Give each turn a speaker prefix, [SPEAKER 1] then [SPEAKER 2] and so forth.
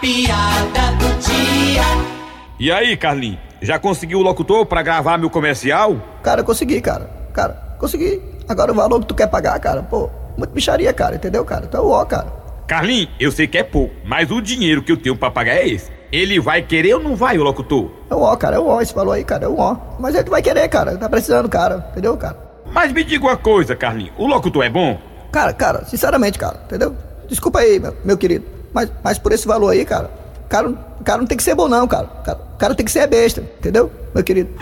[SPEAKER 1] piada do dia.
[SPEAKER 2] E aí, Carlinhos, já conseguiu o locutor pra gravar meu comercial?
[SPEAKER 3] Cara, consegui, cara. Cara, consegui. Agora o valor que tu quer pagar, cara, pô, muito bicharia, cara, entendeu, cara? Tu é o ó, cara.
[SPEAKER 2] Carlinhos, eu sei que é pouco, mas o dinheiro que eu tenho pra pagar é esse. Ele vai querer ou não vai, o locutor?
[SPEAKER 3] É o ó, cara, é o ó, esse valor aí, cara, é o ó. Mas ele vai querer, cara, tá precisando, cara, entendeu, cara?
[SPEAKER 2] Mas me diga uma coisa, Carlinhos, o locutor é bom?
[SPEAKER 3] Cara, cara, sinceramente, cara, entendeu? Desculpa aí, meu, meu querido, mas, mas por esse valor aí, cara, cara, cara não tem que ser bom não, cara. Cara, cara tem que ser besta, entendeu, meu querido?